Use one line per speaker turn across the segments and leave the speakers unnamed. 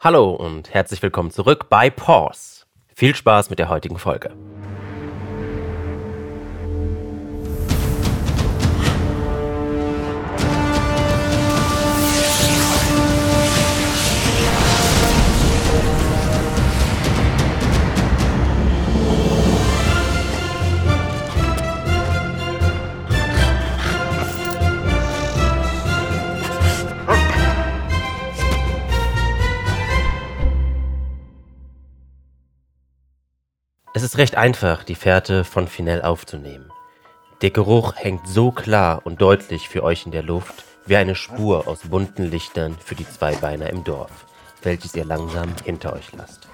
Hallo und herzlich willkommen zurück bei Pause. Viel Spaß mit der heutigen Folge. Es ist recht einfach, die Fährte von Finell aufzunehmen. Der Geruch hängt so klar und deutlich für euch in der Luft, wie eine Spur aus bunten Lichtern für die Zweibeiner im Dorf, welches ihr langsam hinter euch lasst.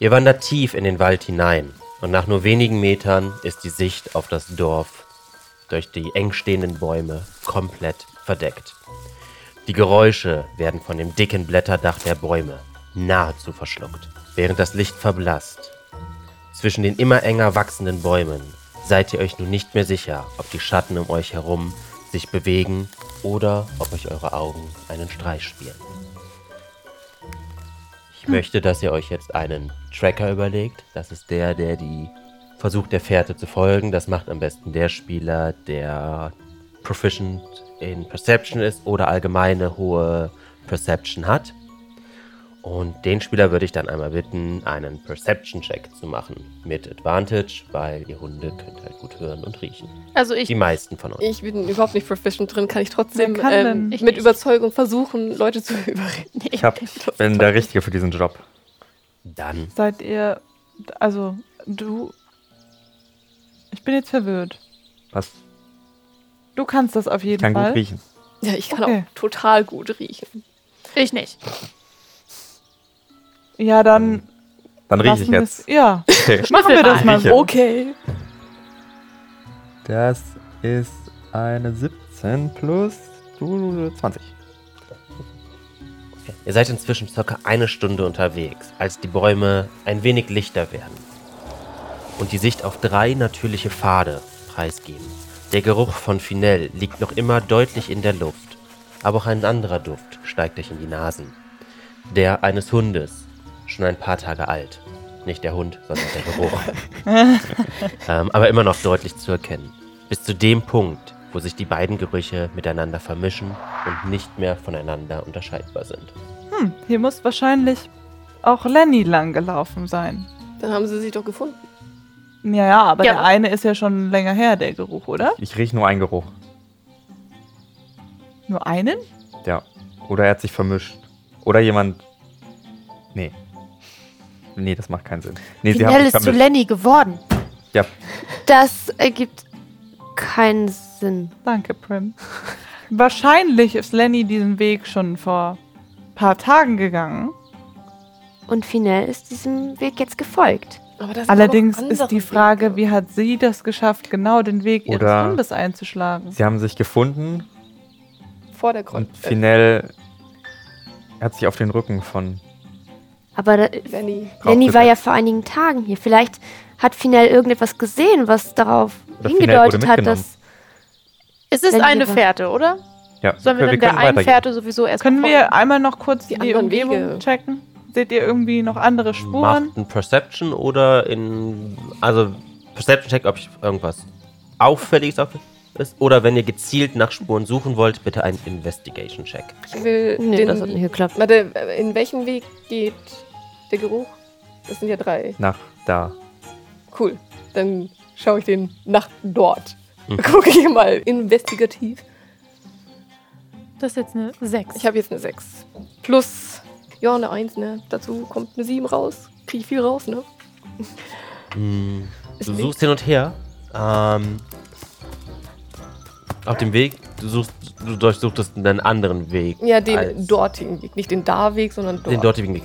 Ihr wandert tief in den Wald hinein und nach nur wenigen Metern ist die Sicht auf das Dorf durch die eng stehenden Bäume komplett verdeckt. Die Geräusche werden von dem dicken Blätterdach der Bäume nahezu verschluckt, während das Licht verblasst zwischen den immer enger wachsenden Bäumen seid ihr euch nun nicht mehr sicher, ob die Schatten um euch herum sich bewegen oder ob euch eure Augen einen Streich spielen. Ich möchte, dass ihr euch jetzt einen Tracker überlegt. Das ist der, der die versucht, der Fährte zu folgen. Das macht am besten der Spieler, der proficient in Perception ist oder allgemeine hohe Perception hat. Und den Spieler würde ich dann einmal bitten, einen Perception-Check zu machen. Mit Advantage, weil ihr Hunde könnt halt gut hören und riechen.
Also ich,
Die meisten von euch.
ich bin überhaupt nicht proficient drin, kann ich trotzdem
Wer kann
ähm,
denn?
mit
Ich
mit
nicht.
Überzeugung versuchen, Leute zu überreden.
Ich hab, bin der Richtige für diesen Job.
Dann.
Seid ihr. Also, du. Ich bin jetzt verwirrt.
Was?
Du kannst das auf jeden
Ich kann
Fall.
gut riechen.
Ja, ich kann
Okay.
auch total gut riechen.
Ich nicht.
Ja, dann.
Dann rieche ich
lassen wir's-
jetzt.
Ja,
Okay.
machen wir das mal
Rieche.
so. Oh,
Okay.
Das ist eine 17 plus du- 20.
Ihr seid inzwischen circa eine Stunde unterwegs, als die Bäume ein wenig lichter werden und die Sicht auf drei natürliche Pfade preisgeben. Der Geruch von Finell liegt noch immer deutlich in der Luft, aber auch ein anderer Duft steigt euch in die Nasen. Der eines Hundes, schon ein paar Tage alt. Nicht der Hund, sondern der Geruch. ähm, aber immer noch deutlich zu erkennen. Bis zu dem Punkt, wo sich die beiden Gerüche miteinander vermischen und nicht mehr voneinander unterscheidbar sind.
Hm, hier muss wahrscheinlich auch Lenny lang gelaufen sein.
Dann haben sie sich doch gefunden.
Ja, ja, aber
Ja.
der eine ist ja schon länger her, der Geruch, oder?
Ich rieche nur einen Geruch.
Nur einen?
Ja. Oder er hat sich vermischt. Oder jemand. Nee. Nee, das macht keinen Sinn. Nee, sie haben
Pinell
sich
ist zu
vermischt.
Lenny geworden.
Ja.
Das ergibt keinen Sinn.
Danke, Prim. wahrscheinlich ist Lenny diesen Weg schon vor paar Tagen gegangen.
Und Finell ist diesem Weg jetzt gefolgt.
Aber das sind
Allerdings
auch
ist
andere
die Frage,
Wege.
wie hat sie das geschafft, genau den Weg ihres
Oder-
Hundes einzuschlagen?
Sie haben sich gefunden
vor der Kreuz.
und Finell hat sich auf den Rücken von.
Aber da,
Äh, Lenny.
Lenny war
gesetzt.
ja vor einigen Tagen hier. Vielleicht hat Finell irgendetwas gesehen, was darauf
Oder Finell
hingedeutet
wurde
hat,
mitgenommen.
dass.
Es ist
Wenn wir
eine
da-
Fährte, oder?
Ja,
Sollen wir,
können-
dann der einen
weitergehen.
Fährte sowieso erst
Können
mal
wir einmal noch kurz die,
Die anderen
Umgebung
Wege.
checken? Seht ihr irgendwie noch andere Spuren?
Macht ein Perception oder in. Also, Perception-Check, ob ich irgendwas Auffälliges auf ist. Oder wenn ihr gezielt nach Spuren suchen wollt, bitte einen Investigation-Check.
Ich will
Nö,
den,
das hat nicht geklappt.
Warte, äh, in welchen Weg geht der Geruch? Das sind ja drei.
Nach da.
Cool. Dann schaue ich den nach dort.
Mhm.
Gucke ich mal investigativ.
gucken? Das ist jetzt eine 6.
Ich habe jetzt eine 6. Plus, ja, eine 1, ne? Dazu kommt eine 7 raus. Kriege ich viel raus, ne?
Hm,
Ist
du
links.
suchst hin und her. Ähm, auf dem Weg, du, suchst, du durchsuchtest einen anderen Weg.
Ja, den
als-
dortigen Weg. Nicht den Da-Weg, sondern dort.
Den dortigen Weg.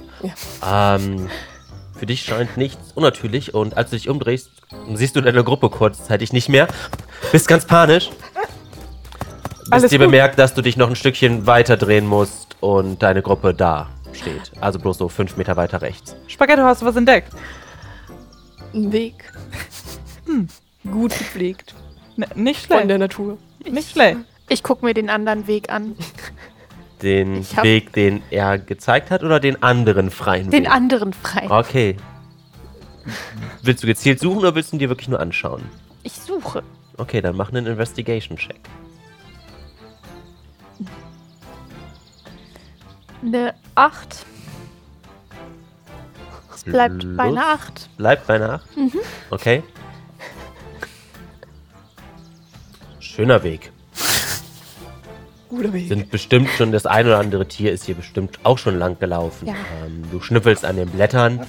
Ähm, für dich scheint nichts unnatürlich und als du dich umdrehst, siehst du deine Gruppe kurzzeitig nicht mehr. Bist ganz panisch. Bis
Alles
dir
gut.
bemerkt, dass du dich noch ein Stückchen weiter drehen musst und deine Gruppe da steht. Also bloß so fünf Meter weiter rechts.
Spaghetto, hast du was entdeckt?
Ein Weg.
Hm.
Gut gepflegt.
N Ne, nicht
Von
schlecht,
der Natur.
nicht schlecht.
Ich gucke mir den anderen Weg an.
Den
Ich hab-
Weg, den er gezeigt hat, oder den anderen freien
Den
Weg?
anderen frei.
Okay. Willst du gezielt suchen oder willst du ihn dir wirklich nur anschauen?
Ich suche.
Okay, dann mach einen Investigation-Check.
Eine 8. Es bleibt bei
Plus-
einer 8.
Bleibt bei einer 8.
Mhm.
Okay. Schöner Weg.
Guter Weg.
Sind bestimmt schon das ein oder andere Tier ist hier bestimmt auch schon lang gelaufen.
Ja.
Ähm, du schnüffelst an den Blättern.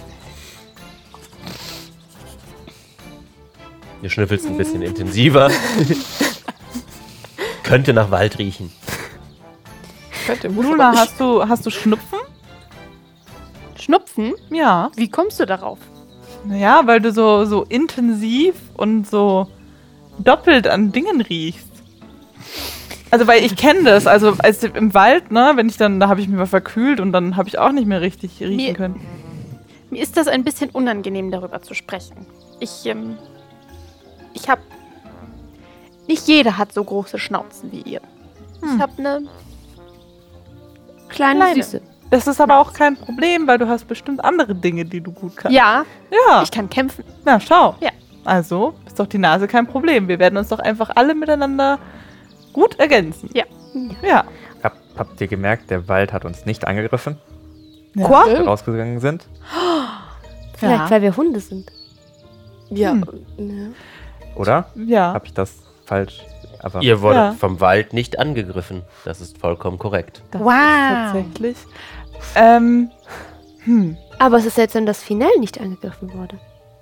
Du schnüffelst
Mhm.
ein bisschen intensiver. Könnte nach Wald riechen.
Könnte, muss
Luna,
aber nicht.
hast du, hast du Schnupfen?
Schnupfen?
Ja.
Wie kommst du darauf?
Naja, weil du so, so intensiv und so doppelt an Dingen riechst. Also, weil ich kenne das. Also, als im Wald, ne, wenn ich dann, da habe ich mich mal verkühlt und dann habe ich auch nicht mehr richtig riechen
Mir-
können.
Mir ist das ein bisschen unangenehm, darüber zu sprechen. Ich, ähm, ich hab. Nicht jeder hat so große Schnauzen wie ihr. Ich hab eine.
Kleine,
Kleine.
Süße.
Das ist aber auch kein Problem, weil du hast bestimmt andere Dinge, die du gut kannst.
Ja,
ja.
ich kann kämpfen.
Na, schau.
Ja.
Also ist doch die Nase kein Problem. Wir werden uns doch einfach alle miteinander gut ergänzen.
Ja.
Ja.
Hab, habt ihr gemerkt, der Wald hat uns nicht angegriffen,
Ja.
als wir
Stimmt.
rausgegangen sind?
Vielleicht,
Ja.
weil wir Hunde sind.
Ja.
Hm.
Ne.
Oder?
ja.
Hab ich das falsch? Aber
Ihr wurdet
Ja.
vom Wald nicht angegriffen. Das ist vollkommen korrekt.
Das
Wow.
Ist tatsächlich. Ähm, hm,
Aber es ist seltsam, dass Finell nicht angegriffen wurde.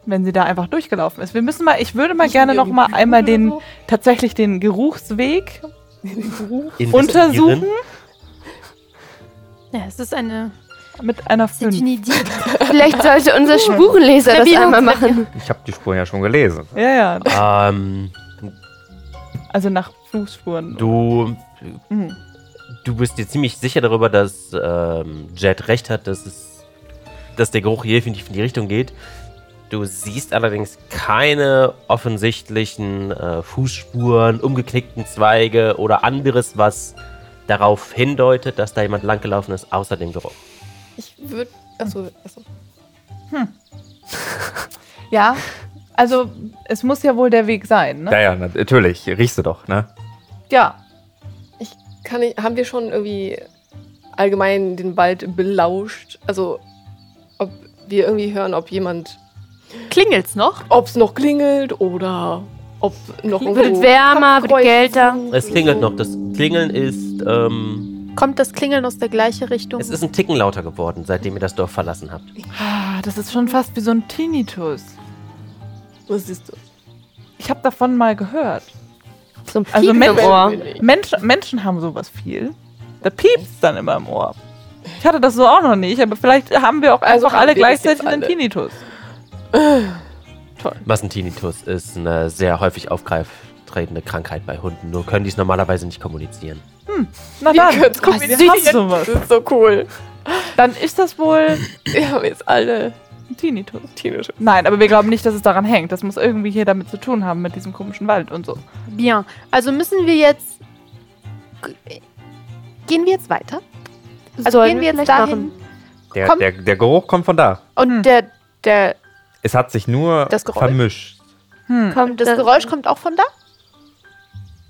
wenn sie da einfach durchgelaufen ist. Wir müssen mal, ich würde mal
Riechen
gerne
die
noch
irgendwie
mal
Blut
einmal
oder
den,
so?
tatsächlich den Geruchsweg
Investieren?
untersuchen
Ja, es ist eine.
mit einer
Es ist
5.
eine Idee.
Vielleicht sollte unser Spurenleser das
Revier-
einmal machen.
ich habe die Spuren ja schon gelesen.
Ja, ja.
Ähm,
Also nach Fußspuren.
du,
Mhm.
du bist dir ziemlich sicher darüber, dass ähm, Jet recht hat, dass, es, dass der Geruch hier definitiv in die Richtung geht. Du siehst allerdings keine offensichtlichen äh, Fußspuren, umgeknickten Zweige oder anderes, was darauf hindeutet, dass da jemand langgelaufen ist, außer dem Geruch.
Ich also, würde. Achso, achso.
Ja. Also es muss ja wohl der Weg sein, ne?
Ja, ja, natürlich. Riechst du doch, ne?
Ja.
Ich kann nicht, haben wir schon irgendwie allgemein den Wald belauscht? Also, ob wir irgendwie hören, ob jemand,
Klingelt's noch?
ob es noch klingelt oder ob noch
Wird wärmer, wird kälter.
Es klingelt noch. Das Klingeln ist, ähm,
Kommt das Klingeln aus der gleichen Richtung?
es ist ein Ticken lauter geworden, seitdem ihr das Dorf verlassen habt.
Ah, das ist schon fast wie so ein Tinnitus.
Was ist das?
Ich habe davon mal gehört.
So ein
Also
Piepen im
Menschen-
Ohr.
Mensch, Menschen haben sowas viel. Da piepst dann immer im Ohr. Ich hatte das so auch noch nicht, aber vielleicht haben wir auch
Also
einfach
haben
alle
wir das jetzt
gleichzeitig einen
alle.
Tinnitus.
Massentinitus ist eine sehr häufig auftretende Krankheit bei Hunden, nur können die es normalerweise nicht kommunizieren.
Na
Wir
dann,
können's
wir haben sowas.
Das ist so cool.
Dann ist das wohl
Wir haben jetzt alle
ein Tinnitus.
tierische.
Nein, aber wir glauben nicht, dass es daran hängt. Das muss irgendwie hier damit zu tun haben, mit diesem komischen Wald und so.
Bien. Also müssen wir jetzt. Gehen wir jetzt weiter? Also
Sollen
gehen wir jetzt
vielleicht
dahin.
Der,
Komm.
der, der Geruch kommt von da.
Und
Hm.
der, der,
Es hat sich nur
Das Geräusch?
vermischt.
Hm.
Kommt
das
da-
Geräusch kommt auch von da?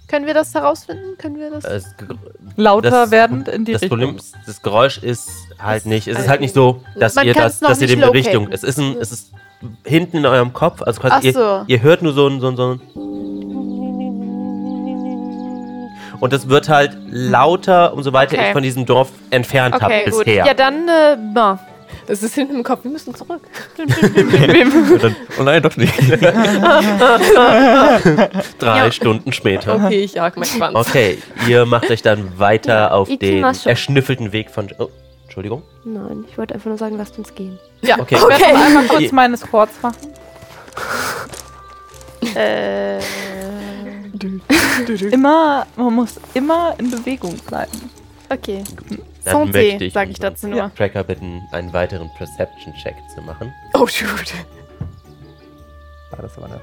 Können wir das herausfinden? Können wir das?
Es-
Lauter
Das-
werdend in die
das
Richtung.
Problem ist, das Geräusch ist halt
Ist
nicht, es ist
ein-
halt nicht so, dass
Man
ihr
kann's
das,
noch
dass ihr
nicht
dem
locaten.
Richtung, es ist ein, es ist hinten in eurem Kopf, also
Ach
quasi
so.
ihr, ihr hört nur so ein, so ein, so ein und das wird halt lauter, umso weiter
Okay.
ich von diesem Dorf entfernt habe
Okay, gut.
bisher.
Ja, dann, äh, bon.
Das ist hinten im Kopf, wir müssen zurück.
Oh nein, doch nicht.
Drei
Ja.
Stunden später.
Okay, ich jag meinen Schwanz.
Okay, ihr macht euch dann weiter auf
ich
den
mach's schon.
erschnüffelten Weg von. Oh, Entschuldigung.
Nein, ich wollte einfach nur sagen, lasst uns gehen.
Ja,
Okay.
ich werde noch einmal
Je-
kurz meine Squats machen.
äh,
Immer, man muss immer in Bewegung bleiben.
okay.
Dann möchte
Santé,
ich
sag ich
unseren
dazu nur.
Tracker bitten, einen weiteren Perception-Check zu machen.
Oh, shoot.
War das aber eine.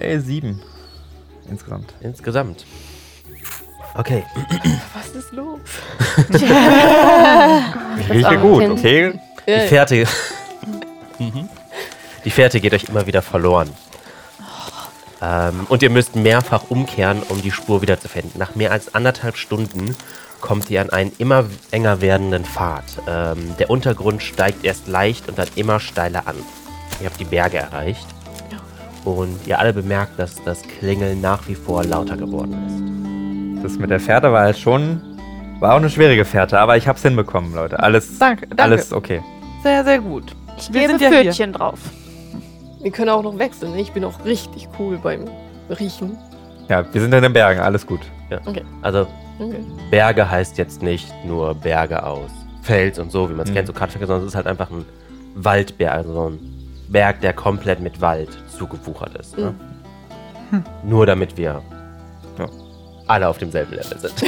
Äh, sieben. Insgesamt.
Insgesamt. Okay.
Was ist los?
Ich rieche gut,
Kind.
okay?
Die
Ja,
Fährte. die Fährte geht euch immer wieder verloren. Ähm, und ihr müsst mehrfach umkehren, um die Spur wiederzufinden. Nach mehr als anderthalb Stunden kommt ihr an einen immer enger werdenden Pfad. Ähm, der Untergrund steigt erst leicht und dann immer steiler an. Ihr habt die Berge erreicht. Und ihr alle bemerkt, dass das Klingeln nach wie vor lauter geworden ist.
Das mit der Fährte war halt schon. War auch eine schwierige Fährte, aber ich hab's hinbekommen, Leute. Alles.
Danke, danke.
Alles okay.
Sehr, sehr gut.
Ich
Wir
gebe
sind ja hier.
Pfötchen drauf.
wir können auch noch wechseln. ne? Ich bin auch richtig cool beim Riechen.
Ja, wir sind in den Bergen, alles gut.
Ja.
Okay.
Also
Okay.
Berge heißt jetzt nicht nur Berge aus Fels und so, wie man es
Mhm.
kennt, so Kartoffeln, sondern es ist halt einfach ein Waldberg, also so ein Berg, der komplett mit Wald zugewuchert ist. Ne? Nur damit wir
Hm. Ja.
alle auf demselben Level sind.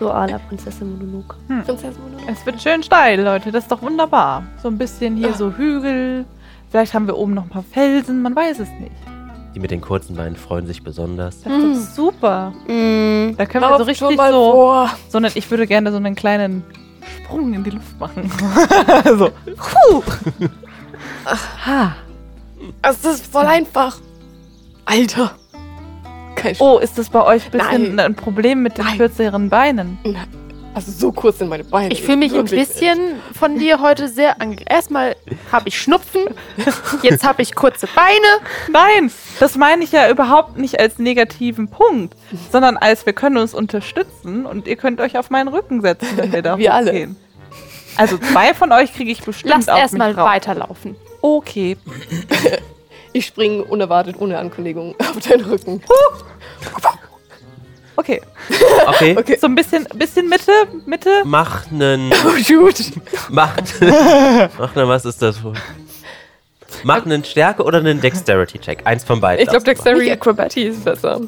So à la Prinzessin Mononoke.
Prinzessin Mononoke.
Es wird schön steil, Leute. Das ist doch wunderbar. So ein bisschen hier
Ah.
so Hügel. Vielleicht haben wir oben noch ein paar Felsen. Man weiß es nicht.
Die mit den kurzen Beinen freuen sich besonders.
Das ist
Mhm.
doch super.
Mm.
Da können wir so
Lauft
richtig
Hm. mal
so.
vor.
So einen, ich würde gerne so einen kleinen Sprung in die Luft machen. so. Ha.
Es Also, ist voll einfach. Alter. Kein Sch
Oh, ist das bei euch ein bisschen
Nein.
ein Problem mit den
Nein.
kürzeren Beinen?
Also so kurz sind meine Beine.
Ich fühle mich ein
Wirklich.
bisschen von dir heute sehr ange... Erstmal habe ich Schnupfen, jetzt habe ich kurze Beine.
Nein, das meine ich ja überhaupt nicht als negativen Punkt, sondern als wir können uns unterstützen und ihr könnt euch auf meinen Rücken setzen, wenn wir da
Wir alle.
hochgehen. Also zwei von euch kriege ich bestimmt
Lasst
auf
erstmal
mich rauf.
weiterlaufen.
Okay.
Ich springe unerwartet ohne Ankündigung auf deinen Rücken.
Okay.
Okay,
Okay.
So ein bisschen bisschen Mitte, Mitte.
mach nen.
Oh, shoot.
Mach, mach nen, was ist das? Mach nen Stärke oder nen Dexterity-Check. Eins von beiden.
Ich glaube,
darfst du machen.
Dexterity Acrobati ist besser.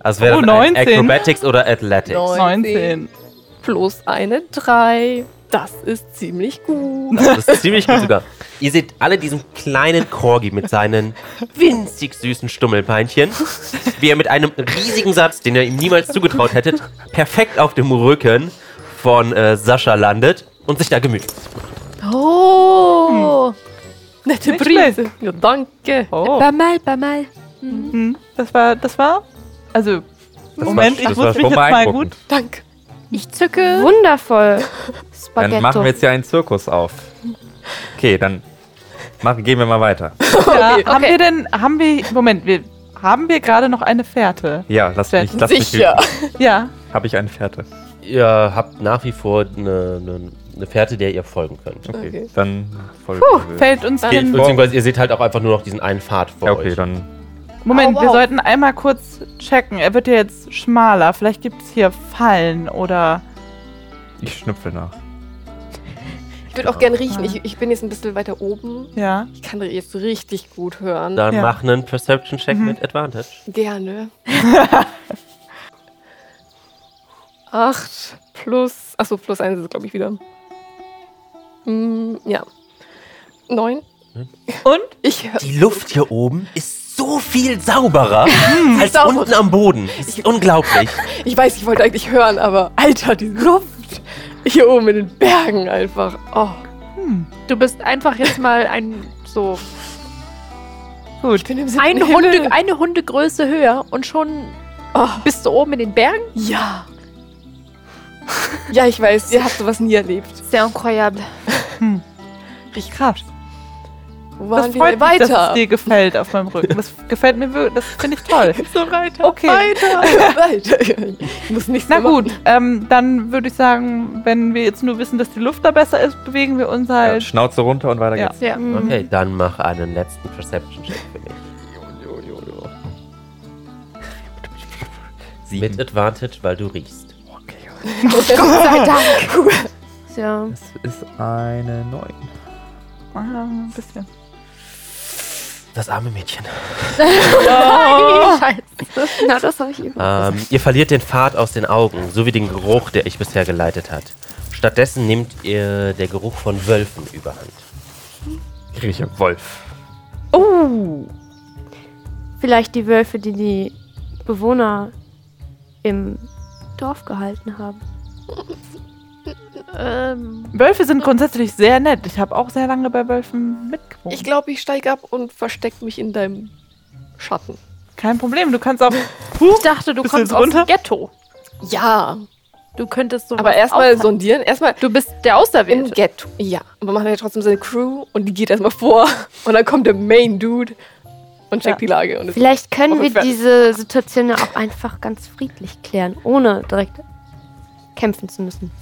Also wäre
Oh,
dann ein
19.
Acrobatics oder Athletics.
Neun.
19.
Plus eine 3. Das ist ziemlich gut.
Das ist ziemlich gut sogar. Ihr seht alle diesen kleinen Corgi mit seinen winzig süßen Stummelbeinchen, wie er mit einem riesigen Satz, den ihr ihm niemals zugetraut hättet, perfekt auf dem Rücken von äh, Sascha landet und sich da gemütlich.
Oh.
Nette
Nicht
Brise. Ja, danke.
Oh.
Bamal, bamal.
Hm, Das war, das war, also,
Das
Moment,
war,
ich
das war
muss mich
schon
jetzt mal
beeindruckend.
gut.
Danke.
Ich zücke.
Wundervoll.
Dann
Spaghetto.
machen wir jetzt hier einen Zirkus auf. Okay, dann machen, gehen wir mal weiter.
Ja,
Okay.
Haben
Okay.
wir denn, haben wir, Moment, wir, haben wir gerade noch eine Fährte?
Ja, lass
Sehr
mich, lass
Sicher.
mich.
Ja.
Habe ich eine Fährte.
Ihr habt nach wie vor eine ne, ne Fährte, der ihr folgen könnt.
Okay,
Okay.
dann folgen wir.
Fällt uns
Geht,
denn,
beziehungsweise ihr seht halt auch einfach nur noch diesen einen Pfad vor
Ja, okay,
euch.
dann.
Moment,
Au,
wir
au.
sollten einmal kurz checken. Er wird ja jetzt schmaler. Vielleicht gibt es hier Fallen oder.
Ich schnüpfe nach.
Ich würde auch gern riechen. Ich, ich bin jetzt ein bisschen weiter oben.
Ja.
Ich kann jetzt richtig gut hören.
Dann
Ja.
mach einen Perception-Check mit Advantage.
Gerne. Acht plus. Achso, plus eins ist, glaube ich, wieder. Hm, ja. Neun.
Hm? Und?
Ich höre.
Die Luft hier oben ist so viel sauberer als
Sauber.
unten am Boden. Das ist unglaublich.
Ich weiß, ich wollte eigentlich hören, aber Alter, die Luft hier oben in den Bergen einfach. Oh,
Du bist einfach jetzt mal ein so
ich bin im siebten
ein
Himmel.
Hunde, eine Hundegröße höher und schon
Oh.
bist du oben in den Bergen.
Ja. Ja, ich weiß, ihr habt sowas nie erlebt.
Sehr incroyable.
Riecht krass.
Wo
Das
waren wir
freut
denn
mich, weiter. dass es
weiter?
dir gefällt auf meinem Rücken. Das gefällt mir wirklich. Das finde ich toll.
So weiter.
Okay.
Weiter. weiter. Ich muss nichts
Na
mehr machen.
gut, ähm, dann würde ich sagen, wenn wir jetzt nur wissen, dass die Luft da besser ist, bewegen wir uns
Ja,
halt.
Schnauze runter und weiter
Ja.
geht's.
Ja.
Mhm.
Okay, dann mach einen letzten Perception-Check für mich. Mit Advantage, weil du riechst.
Okay.
Ja.
Das ist eine 9.
Ähm, ein bisschen.
Das arme Mädchen.
Scheiße. Na, das habe ich eben.
Ähm, ihr verliert den Pfad aus den Augen, sowie den Geruch, der euch bisher geleitet hat. Stattdessen nimmt ihr der Geruch von Wölfen überhand.
Ich rieche Wolf.
Oh!
Vielleicht die Wölfe, die die Bewohner im Dorf gehalten haben.
Ähm,
Wölfe sind grundsätzlich sehr nett. Ich habe auch sehr lange bei Wölfen mitgewohnt.
Ich glaube, ich steige ab und verstecke mich in deinem Schatten.
Kein Problem, du kannst auch.
ich dachte, du
Bist du
kommst
jetzt
aus dem
runter?
Ghetto.
Ja,
Du könntest so.
aber erstmal sondieren. Erstmal
Du bist der
im
Auserwählte.
Ghetto. Ja, aber man hat ja trotzdem seine Crew und die geht erstmal vor. Und dann kommt der Main Dude und checkt
Ja.
die Lage. Und ist-
Vielleicht können wir
Hoffen wir-
diese Situation ja auch einfach ganz friedlich klären, ohne direkt kämpfen zu müssen.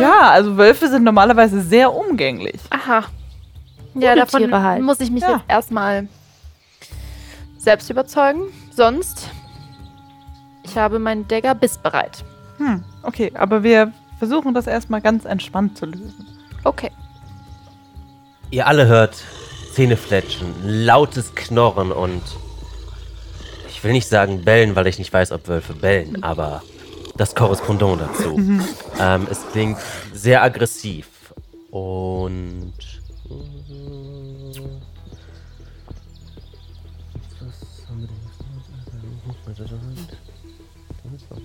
Ja, also Wölfe sind normalerweise sehr umgänglich.
Aha. Ja,
Ohne
davon
Tiere halt.
muss ich mich
Ja.
jetzt erstmal selbst überzeugen. Sonst, ich habe meinen Dagger bissbereit.
Hm, okay, aber wir versuchen das erstmal ganz entspannt zu lösen.
Okay.
Ihr alle hört Zähnefletschen, lautes Knorren und ich will nicht sagen bellen, weil ich nicht weiß, ob Wölfe bellen, aber das Korrespondent dazu. ähm, es klingt sehr aggressiv und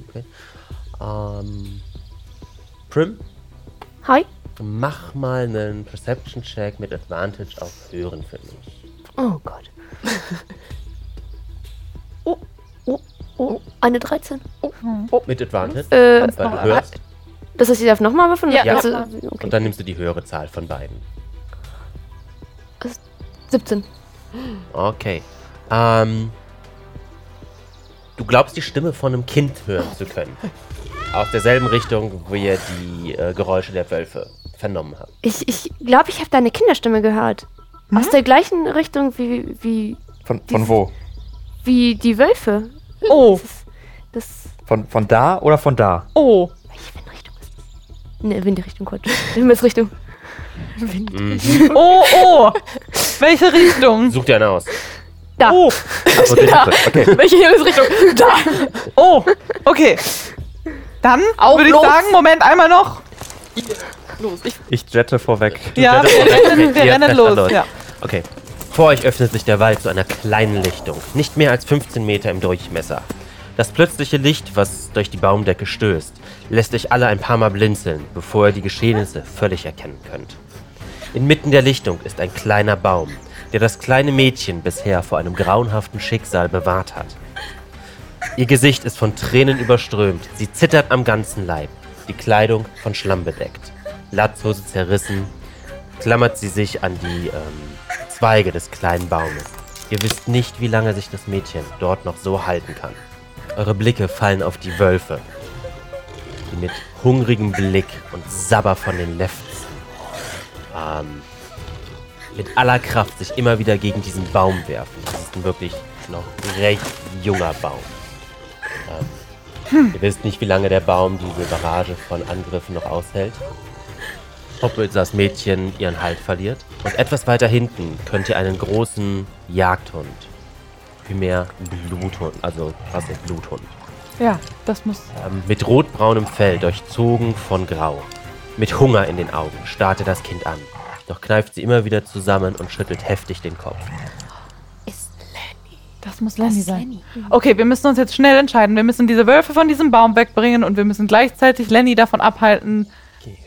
Okay. Ähm, Prim,
Hi.
Mach mal einen Perception-Check mit Advantage auf Hören für mich.
Oh Gott. oh, oh, oh. Eine 13.
Mit Advantage,
Äh,
weil du hörst.
das heißt, ich darf nochmal würfeln?
Ja,
Also,
ja.
Und
okay.
dann nimmst du die höhere Zahl von beiden.
17.
Okay. Ähm, du glaubst, die Stimme von einem Kind hören zu können. Aus derselben Richtung, wie ihr die äh, Geräusche der Wölfe vernommen habt.
Ich glaube, ich, glaub, ich habe deine Kinderstimme gehört. Aus der gleichen Richtung wie, wie,
Von, von wo?
wie die Wölfe.
Oh,
Das.
Von, von da oder von da?
oh.
Welche Windrichtung ist das? Ne, Windrichtung, Quatsch. Himmelsrichtung.
Oh, oh! Welche Richtung?
Such dir einen aus.
Da.
Oh,
Welche Himmelsrichtung? Da!
oh, okay. Dann
Auf
würde ich
los.
sagen, Moment, einmal noch.
Los, ich
Ich jette vorweg.
Du
ja,
rennen-
wir rennen, wir
Ja,
rennen
fest
los.
los.
Ja.
Okay. Vor euch öffnet sich der Wald zu einer kleinen Lichtung, nicht mehr als 15 Meter im Durchmesser. Das plötzliche Licht, was durch die Baumdecke stößt, lässt euch alle ein paar Mal blinzeln, bevor ihr die Geschehnisse völlig erkennen könnt. Inmitten der Lichtung ist ein kleiner Baum, der das kleine Mädchen bisher vor einem grauenhaften Schicksal bewahrt hat. Ihr Gesicht ist von Tränen überströmt. Sie zittert am ganzen Leib, die Kleidung von Schlamm bedeckt. Latzhose zerrissen, klammert sie sich an die ähm, Zweige des kleinen Baumes. Ihr wisst nicht, wie lange sich das Mädchen dort noch so halten kann. Eure Blicke fallen auf die Wölfe, die mit hungrigem Blick und Sabber von den Lefts ähm, mit aller Kraft sich immer wieder gegen diesen Baum werfen. Das ist ein wirklich noch recht junger Baum. Ähm, Ihr wisst nicht, wie lange der Baum diese Barrage von Angriffen noch aushält hoppelt das Mädchen ihren Halt verliert. Und etwas weiter hinten könnt ihr einen großen Jagdhund, vielmehr Bluthund, also was ist Bluthund,
ja, das muss.
ähm, mit rotbraunem Fell durchzogen von Grau. Mit Hunger in den Augen starrt ihr das Kind an. Doch kneift sie immer wieder zusammen und schüttelt heftig den Kopf.
Das muss Lenny sein. Okay, wir müssen uns jetzt schnell entscheiden. Wir müssen diese Wölfe von diesem Baum wegbringen und wir müssen gleichzeitig Lenny davon abhalten.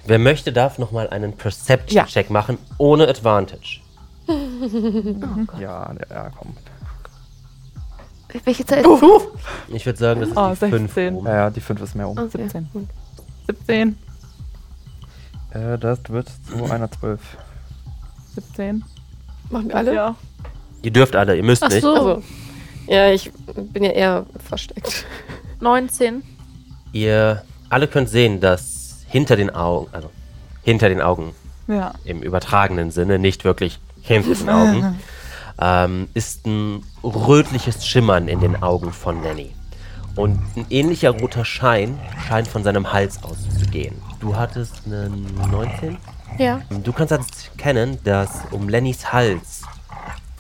Wer möchte, darf nochmal einen Perception-Check machen, ohne Advantage.
Ja, ja, ja, komm.
Welche Zeit?
Ich würde sagen, das ist
Oh,
die 5
16.
oben.
Ja, ja, die 5 ist mehr um.
17. 17, Ah.
Äh, das wird zu einer 12.
17.
machen wir alle.
Ja.
Ihr dürft alle, ihr müsst
Ach
nicht.
so,
Also, ja, ich bin ja eher versteckt.
19.
Ihr alle könnt sehen, dass hinter den Augen, also hinter den Augen
Ja.
im übertragenen Sinne, nicht wirklich hinter den Augen, ähm, ist ein rötliches Schimmern in den Augen von Nanny. Und ein ähnlicher roter Schein scheint von seinem Hals auszugehen. Du hattest einen 19?
Ja.
Du kannst jetzt kennen, dass um Lennys Hals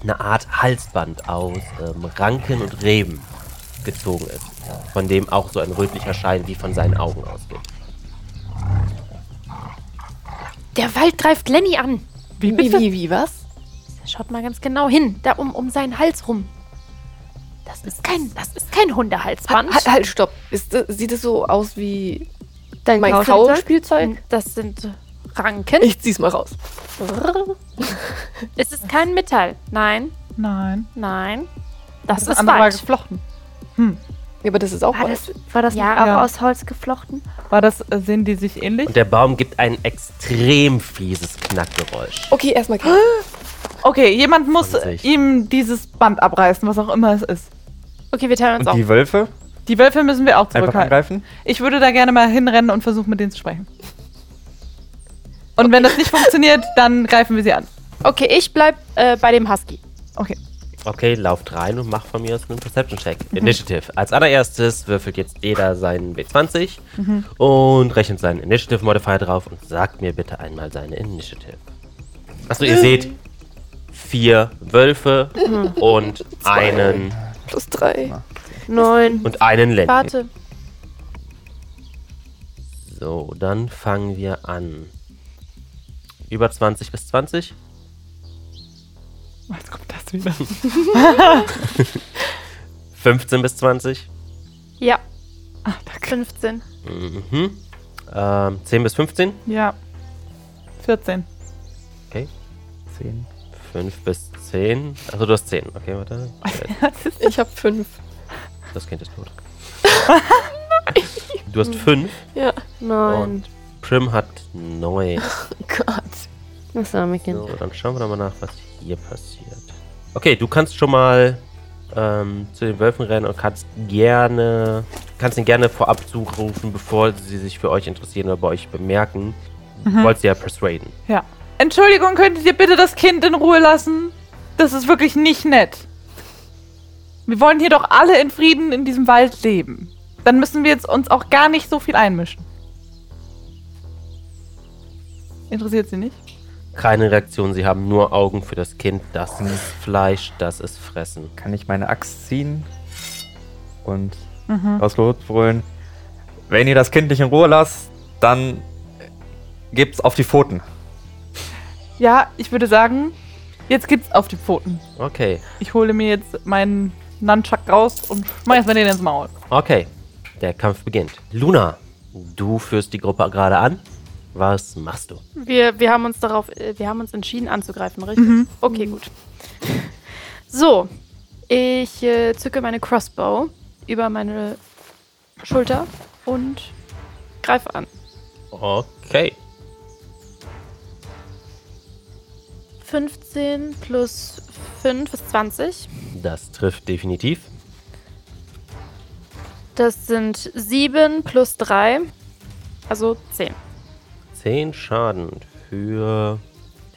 eine Art Halsband aus ähm, Ranken und Reben gezogen ist, von dem auch so ein rötlicher Schein wie von seinen Augen ausgeht.
Der Wald greift Lenny an.
Wie
Wie,
bitte?
wie, wie, was?
Schaut mal ganz genau hin. Da um, um seinen Hals rum. Da Das ist kein, das ist kein Hundehalsband.
Halt, halt, halt, stopp. Ist, das- sieht es so aus wie
Dein
mein Kauspielzeug?
Das sind Ranken.
Ich zieh's mal raus.
es ist kein Metall. Nein,
Nein.
nein. Das, ist
andere war
Wald.
geflochten.
Ja, aber Ah, das ist auch
War
was.
das, war das
Ja.
nicht auch
Ja.
aus Holz geflochten?
War das, äh, sehen die sich ähnlich?
Und der Baum gibt ein extrem fieses Knackgeräusch.
Okay, erstmal.
Okay, jemand muss
Von sich.
ihm dieses Band abreißen, was auch immer es ist.
Okay, wir teilen uns
Und
auf.
die Wölfe
Die Wölfe müssen wir auch
einfach
zurückhalten.
angreifen?
Ich würde da gerne mal hinrennen und versuchen, mit denen zu sprechen. Und wenn das nicht funktioniert, dann greifen wir sie an.
Okay, ich bleib äh, bei dem Husky.
Okay.
Okay, lauft rein und macht von mir aus einen Perception-Check. Initiative. Als allererstes würfelt jetzt jeder seinen W20 und rechnet seinen Initiative-Modifier drauf und sagt mir bitte einmal seine Initiative. Achso, ihr seht vier Wölfe und einen
Plus drei.
Neun.
und einen Lenny.
Warte.
So, dann fangen wir an. Über 20 bis 20.
Jetzt kommt das wieder.
15 bis 20.
Ja. 15.
Mhm. Ähm, 10 bis 15.
Ja. 14.
10.
5 bis 10. Also du hast 10. Okay, warte.
Ich hab fünf.
Das Kind ist tot. du hast 5
Ja.
Neun.
und Prim hat 9.
Oh Gott.
Das arme Kind.
So, dann schauen wir doch mal nach, was hier passiert. Okay, du kannst schon mal ähm, zu den Wölfen rennen und kannst gerne, kannst ihn gerne vorab zurufen, bevor sie sich für euch interessieren oder bei euch bemerken. Du wolltest sie ja persuaden.
Ja. Entschuldigung, könntet ihr bitte das Kind in Ruhe lassen? Das ist wirklich nicht nett. Wir wollen hier doch alle in Frieden in diesem Wald leben. Dann müssen wir jetzt uns auch gar nicht so viel einmischen. Interessiert sie nicht?
Keine Reaktion, sie haben nur Augen für das Kind. Das ist Fleisch, das ist Fressen.
Kann ich meine Axt ziehen und
Mhm.
aus losbrüllen. Wenn ihr das Kind nicht in Ruhe lasst, dann gibt's auf die Pfoten.
Ja, ich würde sagen, jetzt gibt's auf die Pfoten.
Okay,
Ich hole mir jetzt meinen Nunchuck raus und schmeiß mir den ins Maul.
okay. Der Kampf beginnt. Luna, du führst die Gruppe gerade an. Was machst du?
Wir, wir haben uns darauf, äh, wir haben uns entschieden anzugreifen, richtig?
Mhm.
Okay, gut. So, ich äh, zücke meine Crossbow über meine Schulter und greife an.
Okay.
15 plus 5 ist 20.
Das trifft definitiv.
Das sind 7 plus 3, also 10.
10 Schaden für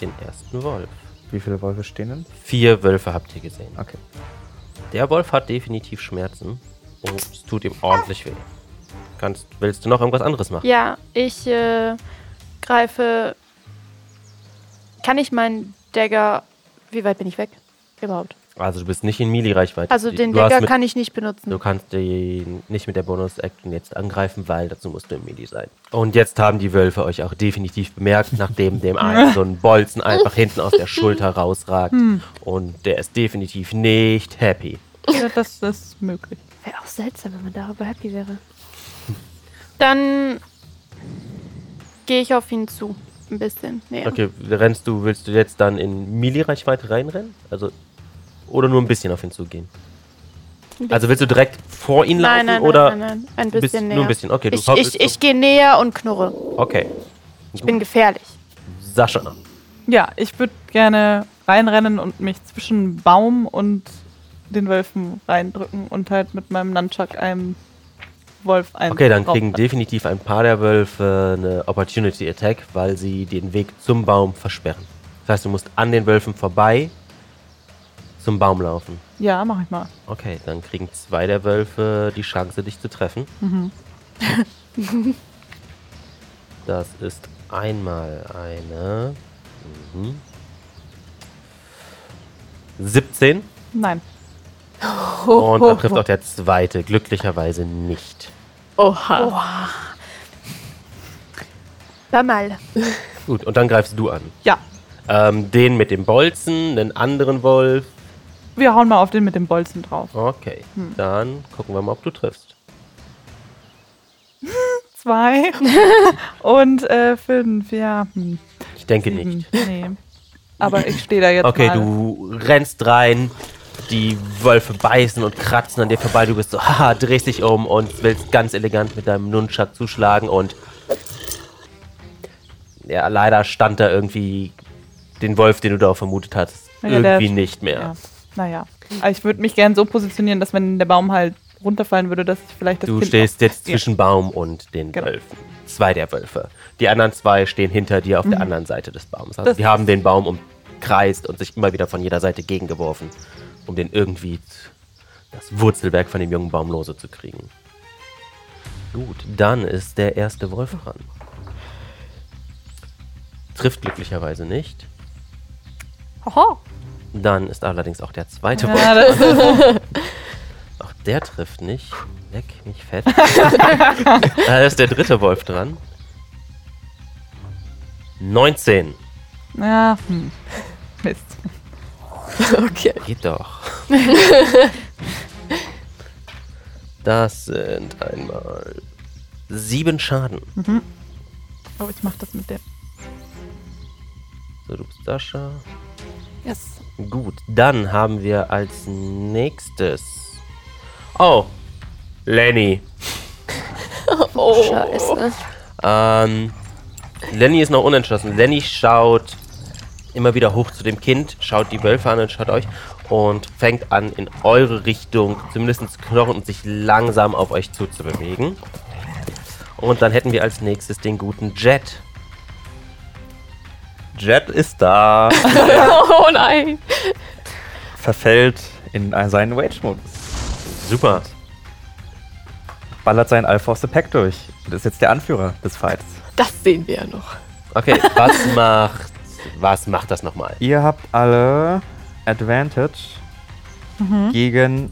den ersten Wolf.
Wie viele Wölfe stehen denn?
Vier Wölfe habt ihr gesehen.
Okay.
Der Wolf hat definitiv Schmerzen. Und es tut ihm ordentlich weh. Kannst, willst du noch irgendwas anderes machen?
Ja, ich äh, greife. Kann ich meinen Dagger. Wie weit bin ich weg? Überhaupt.
Also du bist nicht in Melee-Reichweite.
Also
Die-
den
du hast
Dagger
mit-
kann ich nicht benutzen.
Du kannst den nicht mit der Bonus-Action jetzt angreifen, weil dazu musst du im Melee sein. Und jetzt haben die Wölfe euch auch definitiv bemerkt, nachdem dem einen so ein Bolzen einfach hinten aus der Schulter rausragt.
Hm.
Und der ist definitiv nicht happy.
Ja, das ist möglich.
Wäre auch seltsam, wenn man darüber happy wäre.
Dann gehe ich auf ihn zu. Ein bisschen. näher.
Okay, rennst du, willst du jetzt dann in Melee-Reichweite reinrennen? Also, oder nur ein bisschen auf ihn zugehen? Also willst du direkt vor ihn laufen
nein, nein,
oder
nein, nein, nein. Ein
du
bisschen
bist-
näher.
nur ein bisschen? Okay, du
ich,
hoppelst
ich, ich gehe näher und knurre.
so. Okay.
Ich bin gefährlich.
Sascha.
Ja, ich würde gerne reinrennen und mich zwischen Baum und den Wölfen reindrücken und halt mit meinem Nunchuck einem Wolf ein.
Okay, dann
drauf-
kriegen definitiv ein paar der Wölfe eine Opportunity Attack, weil sie den Weg zum Baum versperren. Das heißt, du musst an den Wölfen vorbei zum Baum laufen.
Ja, mach ich mal.
Okay, dann kriegen zwei der Wölfe die Chance, dich zu treffen. das ist einmal eine. Mhm. 17.
Nein.
Und da trifft auch der zweite, glücklicherweise nicht.
Oha.
Bamal.
Gut, und dann greifst du an.
Ja.
Ähm, den mit dem Bolzen, einen anderen Wolf,
wir hauen mal auf den mit dem Bolzen drauf.
Okay, dann gucken wir mal, ob du triffst.
Zwei und äh, fünf, ja. Hm,
Ich denke
sieben.
nicht.
Nee. Aber ich stehe da jetzt
Okay,
mal.
du rennst rein, die Wölfe beißen und kratzen an dir vorbei. Du bist so, haha, drehst dich um und willst ganz elegant mit deinem Nunchuck zuschlagen und. Ja, leider stand da irgendwie den Wolf, den du da vermutet hattest,
Ja, der-
irgendwie nicht mehr.
Ja. Naja, aber ich würde mich gern so positionieren, dass wenn der Baum halt runterfallen würde, dass ich vielleicht das
Du
Kind
stehst jetzt
Ja.
zwischen Baum und den
Genau.
Wölfen. Zwei der Wölfe. Die anderen zwei stehen hinter dir auf der anderen Seite des Baums. Also
Mhm. Das
die haben den Baum umkreist und sich immer wieder von jeder Seite gegengeworfen, um den irgendwie z- das Wurzelwerk von dem jungen Baum lose zu kriegen. Gut, dann ist der erste Wolf dran. Trifft glücklicherweise nicht.
Hoho.
Dann ist allerdings auch der zweite Wolf.
Ja, das ist
Auch der trifft nicht. Leck mich fett. Ah, da ist der dritte Wolf dran. 19.
Ja, hm. Mist.
Okay.
Geht doch. Das sind einmal sieben Schaden.
Aber ich mach das mit dem.
So, du bist Sascha.
Yes.
Gut, dann haben wir als nächstes. Oh, Lenny. Oh.
Scheiße.
Ähm, Lenny ist noch unentschlossen. Lenny schaut immer wieder hoch zu dem Kind, schaut die Wölfe an und schaut euch und fängt an, in eure Richtung zumindest zu knochen und sich langsam auf euch zuzubewegen. Und dann hätten wir als nächstes den guten Jet.
Jet ist da.
Oh nein.
verfällt in seinen Rage-Modus.
Super.
Ballert seinen Alpha aus the Pack durch. Und ist jetzt der Anführer des Fights.
Das sehen wir ja noch.
Okay, was macht. Was macht das nochmal?
Ihr habt alle Advantage
Mhm.
gegen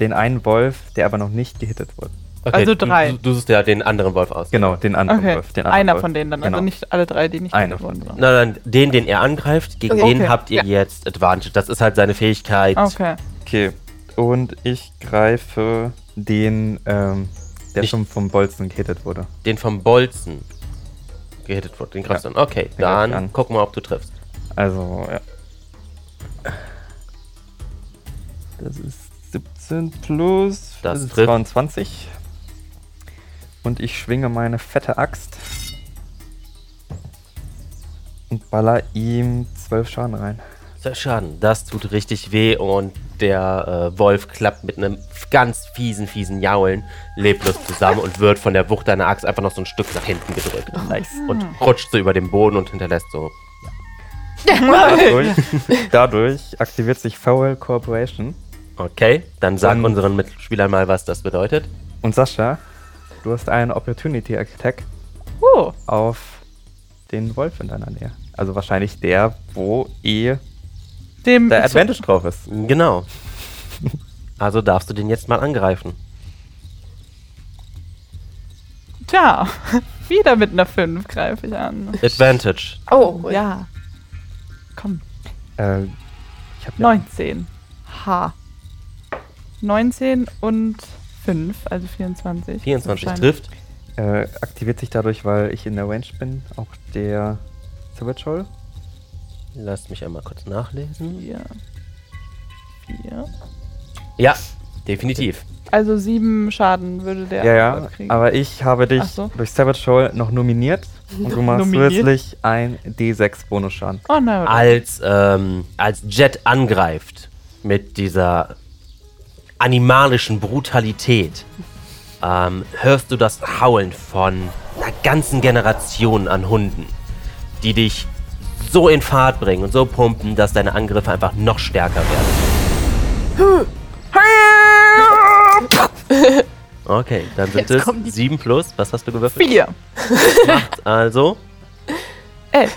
den einen Wolf, der aber noch nicht gehittet wurde.
Okay,
Also
du-
drei.
Du, du suchst ja den anderen Wolf aus.
Genau, den anderen
Okay,
Wolf. Den anderen
einer
Wolf.
von denen dann.
Genau.
Also nicht alle drei, die nicht
Einer
gewählt wurden.
von
Nein, nein, den, den er angreift, gegen
Okay.
den
Okay.
habt ihr jetzt Advantage. Das ist halt seine Fähigkeit.
Okay.
Okay, und ich greife den, ähm, der
Nicht-
schon vom Bolzen gehittet wurde.
den vom Bolzen gehittet wurde. Den greifst du an. Okay,
ich
dann
an.
gucken wir, ob du triffst.
Also, ja. Das ist 17 plus
Das
ist
trifft.
22. Und ich schwinge meine fette Axt und baller ihm 12 Schaden rein.
Sehr Schaden. Das tut richtig weh und der äh, Wolf klappt mit einem ganz fiesen, fiesen Jaulen leblos zusammen und wird von der Wucht deiner Axt einfach noch so ein Stück nach hinten gedrückt. Und rutscht so über den Boden und hinterlässt so.
Dadurch, dadurch aktiviert sich Foul Corporation.
Okay, dann sag
Dann-
unseren Mitspielern mal, was das bedeutet.
Und Sascha, du hast einen Opportunity Attack
Oh,
auf den Wolf in deiner Nähe. Also wahrscheinlich der, wo eh
dem.
der Advantage drauf ist.
Genau. Also darfst du den jetzt mal angreifen.
Tja, wieder mit einer 5 greife ich an.
Advantage.
Oh, ja.
Ja. Komm,
Äh, ich hab ja-
19. Ha. 19 und 5, also 24.
24
Wahrscheinlich.
trifft.
Äh, aktiviert sich dadurch, weil ich in der Range bin, auch der Savage Hole.
Lass mich einmal kurz nachlesen.
Vier. Vier.
Ja, definitiv.
Also 7 Schaden würde der
Ja, ja.
kriegen.
Aber ich habe dich
Ach so.
durch Savage Hole noch nominiert und du machst
Nominiert?
zusätzlich ein D6 Bonusschaden.
oh, na, oder?
als, ähm, als Jet angreift mit dieser animalischen Brutalität, ähm, hörst du das Haulen von einer ganzen Generation an Hunden, die dich so in Fahrt bringen und so pumpen, dass deine Angriffe einfach noch stärker werden. Okay, dann sind
Jetzt kommen die-
es 7 plus. Was hast du gewürfelt?
Vier.
Also,
Elf.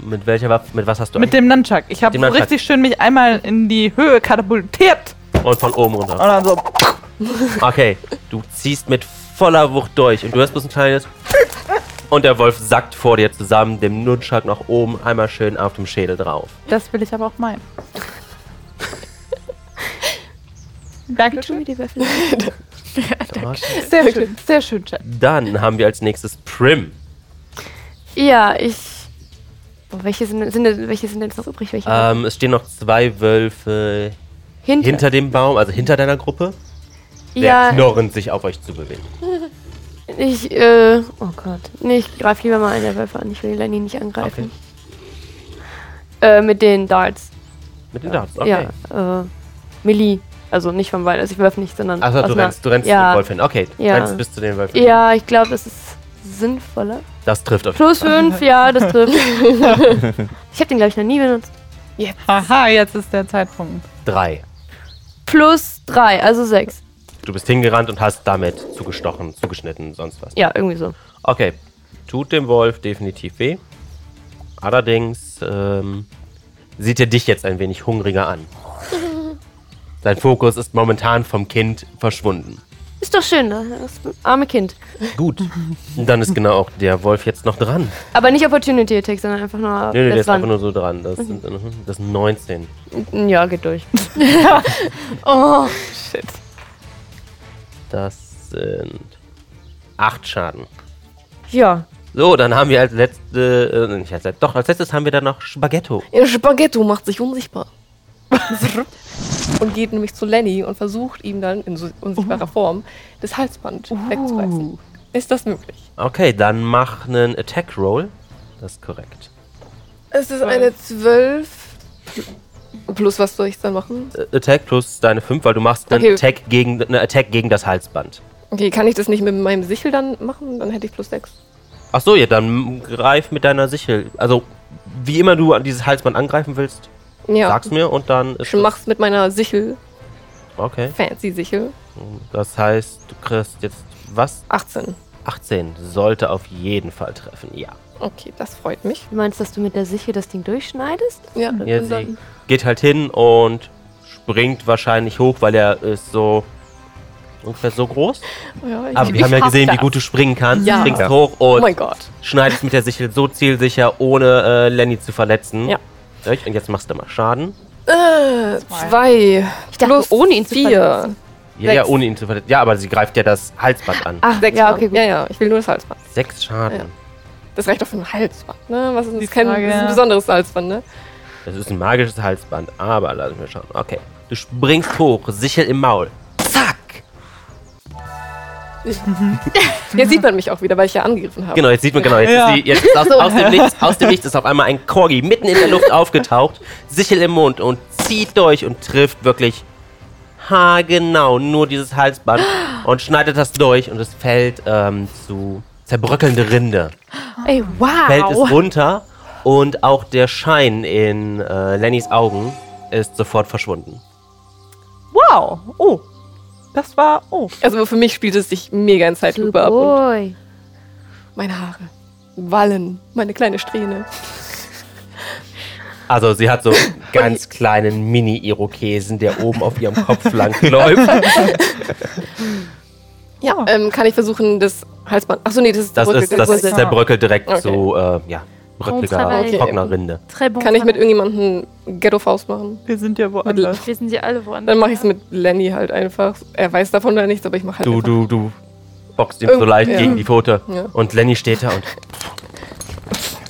mit welcher Waffe, mit was hast du
Mit dem Nunchuck. Ich habe
Mit
so
dem Nunchuck.
richtig schön mich einmal in die Höhe katapultiert.
an- Und von oben runter.
Und dann so.
Okay, du ziehst mit voller Wucht durch und du hörst bloß ein kleines Und der Wolf sackt vor dir zusammen, dem Nunchuck nach oben, einmal schön auf dem Schädel drauf.
Das will ich aber auch meinen.
Gut, schon
Dankeschön.
wieder Würfel.
Sehr schön, sehr schön, Chat.
Dann haben wir als nächstes Prim.
Ja, ich. Boah, welche, sind, sind, denn- welche sind denn jetzt noch übrig? Welche
Ähm, es stehen noch zwei Wölfe
hinter.
hinter dem Baum, also hinter deiner Gruppe. Der
ja,
knurrend sich auf euch zu bewegen.
ich. Äh, oh Gott. Nee, ich greife lieber mal einen der Wölfe an. Ich will Lenny nicht angreifen. Äh, mit den Darts.
Mit den Darts, okay.
Ja, äh, Millie. Also nicht vom Wald, also ich werfe nicht, sondern.
Achso,
aus
du
einer-
rennst, du rennst
ja.
den Wolf hin. Okay, du
Ja.
rennst bis zu den Wölfen.
Ja, ich glaube, das ist sinnvoller.
Das trifft euch.
Plus 5, ja, das trifft. ich habe den, glaube ich, noch nie benutzt.
Haha, jetzt ist der Zeitpunkt.
Drei.
Plus 3, also 6.
Du bist hingerannt und hast damit zugestochen, zugeschnitten, sonst was.
Ja, irgendwie so.
Okay. Tut dem Wolf definitiv weh. Allerdings ähm, sieht er dich jetzt ein wenig hungriger an. Sein Fokus ist momentan vom Kind verschwunden.
Ist doch schön, ne? das arme Kind.
Gut. Dann ist genau auch der Wolf jetzt noch dran.
Aber nicht Opportunity Attack, sondern einfach nur.
Nö, nö, der
das Mhm.
ist einfach
Run.
nur so dran. Das sind äh, das sind 19.
ja, geht durch.
Oh,
Das sind acht Schaden.
Ja.
So, dann haben wir als letzte, äh, nicht als letztes, doch, als letztes haben wir dann noch Spaghetto.
Ihr Spaghetto macht sich unsichtbar. und geht nämlich zu Lenny und versucht ihm dann in so unsichtbarer Form das Halsband wegzureißen. Ist das möglich?
Okay, dann mach einen Attack Roll. Das ist korrekt.
Es ist eine 12. Plus, was soll ich dann machen?
Äh, Attack plus deine 5, weil du machst einen
Okay.
Attack gegen, eine Attack gegen das Halsband.
Okay, kann ich das nicht mit meinem Sichel dann machen? Dann hätte ich plus 6.
Ach so, ja, dann greif mit deiner Sichel. Also, wie immer du an dieses Halsband angreifen willst,
Ja.
sag's mir und dann ist
Ich mach's mit meiner Sichel,
das, Okay.
fancy Sichel.
Das heißt, du kriegst jetzt was?
18.
18 sollte auf jeden Fall treffen, ja.
Okay, das freut mich.
Du meinst, dass du mit der Sichel das Ding durchschneidest?
Ja,
Ja,
und
sie
dann-
geht halt hin und springt wahrscheinlich hoch, weil er ist so ungefähr so groß.
ja, ich,
Aber wir haben ja
ich hasse
gesehen, wie
das.
gut du springen kannst.
Ja.
Springst
Ja.
hoch
Oh
und
mein Gott.
schneidest mit der Sichel so zielsicher, ohne äh, Lenny zu verletzen.
Ja.
Durch. Und jetzt machst du mal Schaden.
Äh, zwei.
Ich dachte,
Plus
ohne ihn zu
vier.
verletzen.
Ja, ja,
Sechs.
ohne ihn zu verletzen. Ja, aber sie greift ja das Halsband an.
Ach,
Sechs
ja,
Schaden.
okay, gut.
Ja, ja, ich will nur das Halsband.
Sechs Schaden.
Ja. Das reicht doch für ein Halsband, ne? Was ist das?
Die
Ist kein,
Frage,
das ist ein
ja.
besonderes Halsband, ne?
Das ist ein magisches Halsband, aber lass mich schauen. Okay. Du springst hoch, Sichel im Maul. Zack!
Jetzt sieht man mich auch wieder, weil ich ja angegriffen habe.
Genau, jetzt sieht man genau, jetzt
Ja.
ist, sie, jetzt ist aus, aus, dem Nichts, aus dem Nichts ist auf einmal ein Corgi mitten in der Luft aufgetaucht, Sichel im Mund und zieht durch und trifft wirklich haargenau nur dieses Halsband und schneidet das durch und es fällt ähm, zu zerbröckelnde Rinde.
Ey,
Fällt es
wow.
runter und auch der Schein in äh, Lennys Augen ist sofort verschwunden.
Wow. Oh. Das war. Oh.
Also für mich spielt es sich mega in Zeitlupe ab. Und
Boy.
meine Haare wallen, meine kleine Strähne.
Also sie hat so ganz kleinen Mini-Irokesen, der oben auf ihrem Kopf lang läuft.
Ja, ähm, kann ich versuchen, das Halsband. Achso, nee, das ist
Das ist,
zerbröckelt.
das
Zerbröckelt.
zerbröckelt direkt
Okay.
zu, äh, ja, bröckeliger,
Travail.
trockener Rinde.
très bon.
Kann ich mit
travail.
irgendjemandem Ghetto-Faust machen?
Wir sind ja woanders.
Wir sind ja alle woanders.
Dann mache ich es mit Lenny halt einfach. Er weiß davon oder nichts, aber ich mache halt.
Du,
einfach.
du, du boxt ihm so
Irgend-
leicht
ja.
gegen die Pfote.
Ja.
Und Lenny steht da und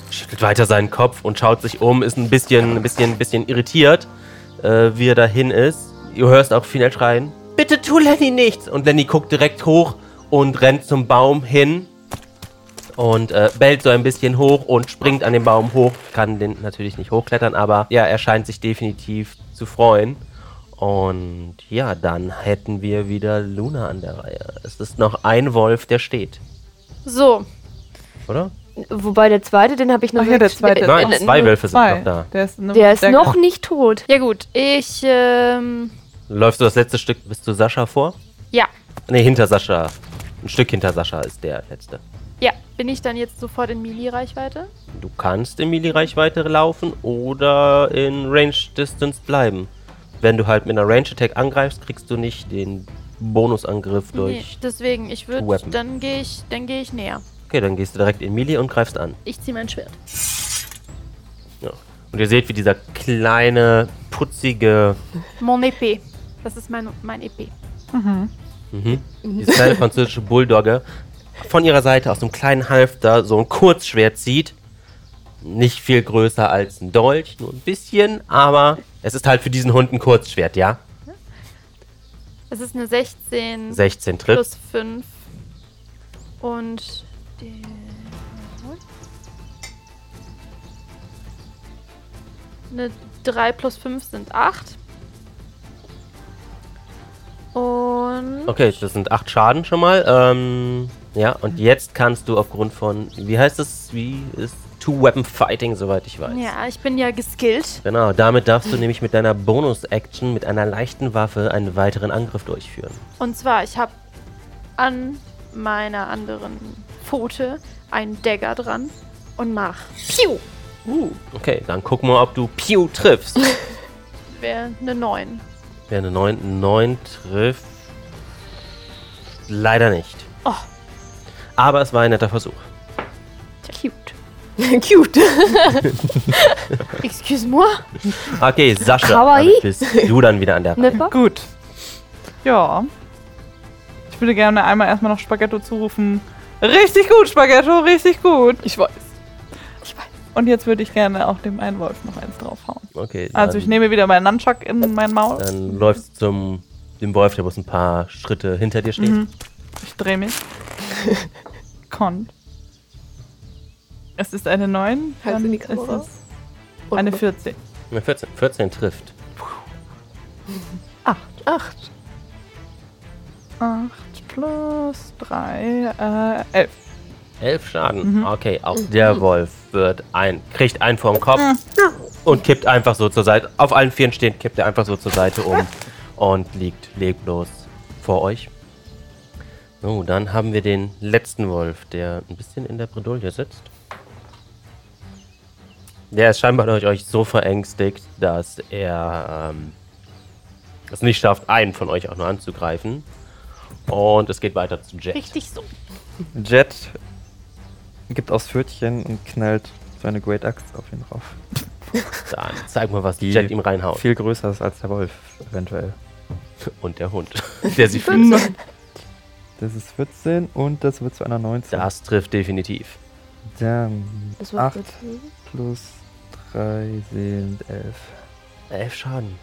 schüttelt weiter seinen Kopf und schaut sich um, ist ein bisschen, ein bisschen, ein bisschen irritiert, äh, wie er dahin ist. Du hörst auch Finel schreien, bitte tu Lenny nichts. Und Lenny guckt direkt hoch und rennt zum Baum hin und äh, bellt so ein bisschen hoch und springt an den Baum hoch. Kann den natürlich nicht hochklettern, aber ja, er scheint sich definitiv zu freuen. Und ja, dann hätten wir wieder Luna an der Reihe. Es ist noch ein Wolf, der steht,
So,
oder?
Wobei der zweite, den habe ich noch
Ach ja, der zweite.
Äh,
Nein,
äh,
zwei Wölfe sind
Zwei.
noch da.
Der ist, ne,
Der ist noch nicht tot.
ja gut. Ich, ähm,
Läufst du das letzte Stück bis zu Sascha vor?
ja.
Ne, hinter Sascha. Ein Stück hinter Sascha ist der letzte.
Ja, bin ich dann jetzt sofort in Melee-Reichweite?
Du kannst in Melee-Reichweite laufen oder in Range-Distance bleiben. Wenn du halt mit einer Range-Attack angreifst, kriegst du nicht den Bonusangriff
Nee,
durch.
deswegen, ich
Weapon.
würde, dann gehe ich, dann gehe ich näher.
Okay, dann gehst du direkt in Melee und greifst an.
Ich ziehe mein Schwert.
Ja. Und ihr seht, wie dieser kleine, putzige,
Mon épée. Das ist mein, mein épée.
mhm. diese kleine französische Bulldogge von ihrer Seite aus einem kleinen Halfter so ein Kurzschwert zieht. Nicht viel größer als ein Dolch, nur ein bisschen, aber es ist halt für diesen Hund ein Kurzschwert, ja?
Das ist eine 16
16 Tritt.
plus 5. Und die- eine 3 plus 5 sind 8. Und
Okay, das sind 8 Schaden schon mal. Ähm, ja, und jetzt kannst du aufgrund von, wie heißt es, wie ist Two-Weapon-Fighting, soweit ich weiß.
ja, ich bin ja geskillt.
Genau, damit darfst du nämlich mit deiner Bonus-Action mit einer leichten Waffe einen weiteren Angriff durchführen.
Und zwar, ich habe an meiner anderen Pfote einen Dagger dran und mach. Piu!
Okay, dann guck mal, ob du Pew triffst.
Wäre eine 9.
Wer eine 9, 9 trifft, leider nicht.
Oh.
Aber es war ein netter Versuch.
Cute.
Cute.
Excuse-moi.
Okay, Sascha,
Kawaii. Ne.
damit bist du dann wieder an der Reihe.
Nipper?
Gut. Ja. Ich würde gerne einmal erstmal noch Spaghetto zurufen. Richtig gut, Spaghetto, richtig gut.
Ich weiß.
Und jetzt würde ich gerne auch dem einen Wolf noch eins draufhauen.
Okay, dann,
Also ich nehme wieder meinen Nunchuck in mein Maul.
dann läufst du zum dem Wolf, der bloß ein paar Schritte hinter dir steht.
Ich drehe mich. Kont. Es ist eine 9.
Halt
dann
in die
ist
Kamera.
es eine 14.
Eine 14, 14 trifft.
8.
8 plus 3, äh, 11.
Elf Schaden. Okay, auch der Wolf wird ein, kriegt einen vorm Kopf und kippt einfach so zur Seite. Auf allen Vieren stehend kippt er einfach so zur Seite um und liegt leblos vor euch. So, dann haben wir den letzten Wolf, der ein bisschen in der Bredouille sitzt. Der ist scheinbar durch euch so verängstigt, dass er ähm, es nicht schafft, einen von euch auch nur anzugreifen. Und es geht weiter zu Jack.
Richtig so.
Jet gibt aufs Pfötchen und knallt seine Great Axt auf ihn drauf.
Dann zeig mal, was
Die
Jet ihm reinhaut.
Viel größer ist als der Wolf, eventuell.
Und der Hund, der sie fühlt.
Das ist 14 und das wird zu einer 19.
Das trifft definitiv.
Dann
Das wird
8
gut.
plus 3 sind 11.
Elf Schaden.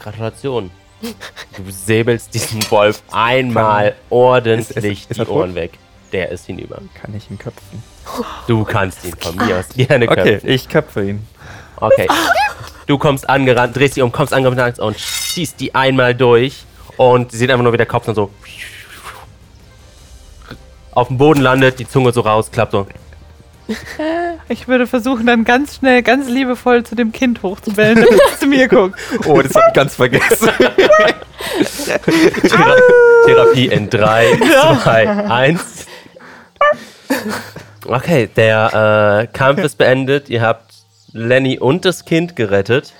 Gratulation. Du säbelst diesen Wolf einmal ordentlich
Ist- ist- ist
die
er tot?
Ohren weg. Der ist hinüber.
Kann ich ihn köpfen? Oh,
Du kannst ihn von mir aus gerne
Okay,
köpfen.
ich köpfe ihn.
Okay. Du kommst angerannt, drehst dich um, kommst angerannt und schießt die einmal durch. Und sie sieht einfach nur, wie der Kopf dann so auf dem Boden landet, die Zunge so rausklappt. So.
Ich würde versuchen, dann ganz schnell, ganz liebevoll zu dem Kind hochzubellen, damit es zu mir guckt.
Oh, das hab ich ganz vergessen.
Thera Therapie in 3, 2, 1. Okay, der äh, Kampf ist beendet. Ihr habt Lenny und das Kind gerettet.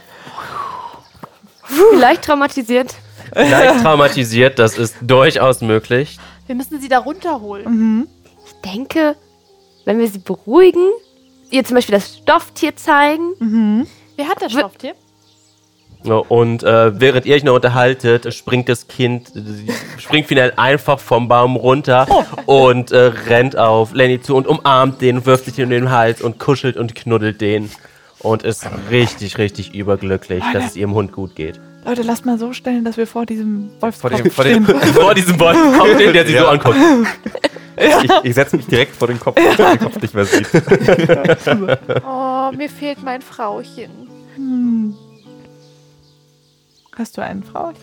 Leicht traumatisiert.
Leicht traumatisiert, das ist durchaus möglich.
Wir müssen sie da runterholen.
Ich denke, wenn wir sie beruhigen, ihr zum Beispiel das Stofftier zeigen.
Wer hat das Stofftier?
Und äh, während ihr euch noch unterhaltet, springt das Kind, äh, springt final einfach vom Baum runter und äh, rennt auf Lenny zu und umarmt den, wirft sich in den Hals und kuschelt und knuddelt den. Und ist richtig, richtig überglücklich, dass es ihrem Hund gut geht.
Leute, lasst mal so stellen, dass wir vor diesem
Vor
Wolfskopf
dem- vor dem-
stehen.
vor diesem Wolf kommt den, der sie so
Ja.
anguckt.
Ich, ich setze mich direkt vor den Kopf, dass der Kopf nicht mehr sieht.
Oh, mir fehlt mein Frauchen.
Hast du ein Frauchen?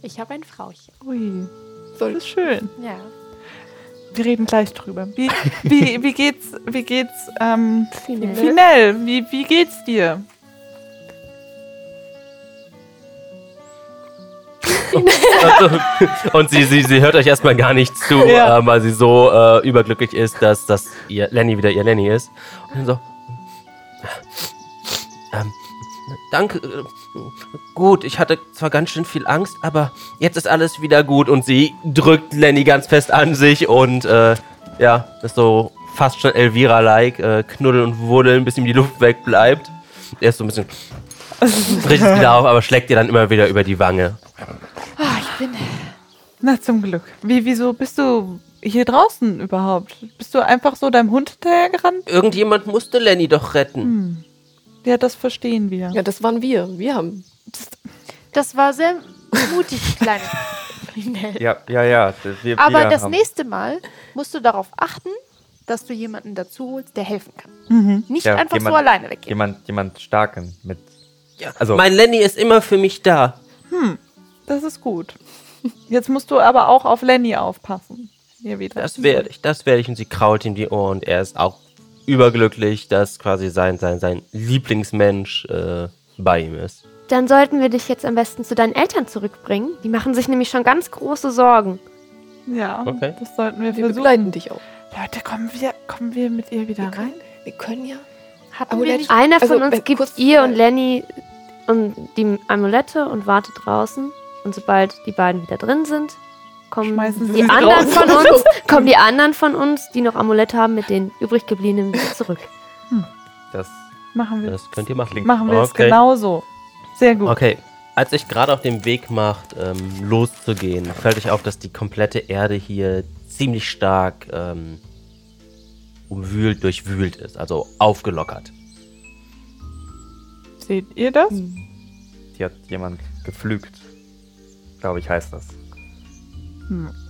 Ich habe ein Frauchen.
Ui,
Soll
das ist schön.
Ja.
Wir reden gleich drüber. Wie, wie, wie geht's, wie geht's, ähm,
Finell.
Finell, wie, wie geht's dir?
Und sie, sie, sie hört euch erstmal gar nicht zu,
Ja.
äh, weil sie so äh, überglücklich ist, dass, dass ihr Lenny wieder ihr Lenny ist. Und so. Ähm, danke. äh, Gut, ich hatte zwar ganz schön viel Angst, aber jetzt ist alles wieder gut und sie drückt Lenny ganz fest an sich und äh, Ja, das ist so fast schon Elvira-like, äh, knuddeln und wuddeln, bis ihm die Luft wegbleibt. Er ist so ein bisschen, richtet wieder auf, aber schlägt ihr dann immer wieder über die Wange.
Na, zum Glück. Wie, wieso bist du hier draußen überhaupt? Bist du einfach so deinem Hund hinterhergerannt?
Irgendjemand musste Lenny doch retten.
Hm. Ja, das verstehen wir.
Ja, das waren wir. Wir haben.
Das war sehr mutig, kleine Kriminell.
Ja, ja, ja. Wir, wir
Aber das
haben-
nächste Mal musst du darauf achten, dass du jemanden dazu holst, der helfen kann. Nicht
Ja,
einfach
jemand-
so alleine weggehen.
Jemand, jemand Starken mit. also,
Mein Lenny ist immer für mich da.
Das ist gut. Jetzt musst du aber auch auf Lenny aufpassen. Hier wieder.
Das werde ich, das werde ich. Und sie kraut ihm die Ohren und er ist auch überglücklich, dass quasi sein, sein, sein Lieblingsmensch äh, bei ihm ist.
Dann sollten wir dich jetzt am besten zu deinen Eltern zurückbringen. Die machen sich nämlich schon ganz große Sorgen.
Ja,
Okay.
das sollten wir,
Wir begleiten
versuchen.
dich auch.
Leute, kommen wir, kommen wir mit ihr wieder rein?
Wir können ja.
Hatten
Aber
wir
der-
nicht
Einer
Also,
von
wenn-
uns
kurz-
gibt ihr und Lenny und die Amulette und wartet draußen. Und sobald die beiden wieder drin sind, kommen
Schmeißen sie
die
sie
anderen
raus.
von uns, kommen die anderen von uns, die noch Amulette haben, mit den übrig gebliebenen wieder zurück.
das
Machen wir
Das könnt ihr machen.
Machen wir es genau.
Okay.
genauso. Sehr gut.
Okay, als ich gerade auf dem Weg macht, ähm, loszugehen, fällt euch auf, dass die komplette Erde hier ziemlich stark ähm, umwühlt, durchwühlt ist, also aufgelockert.
Seht ihr das?
hier hat jemand geflügt. Glaube ich, heißt das.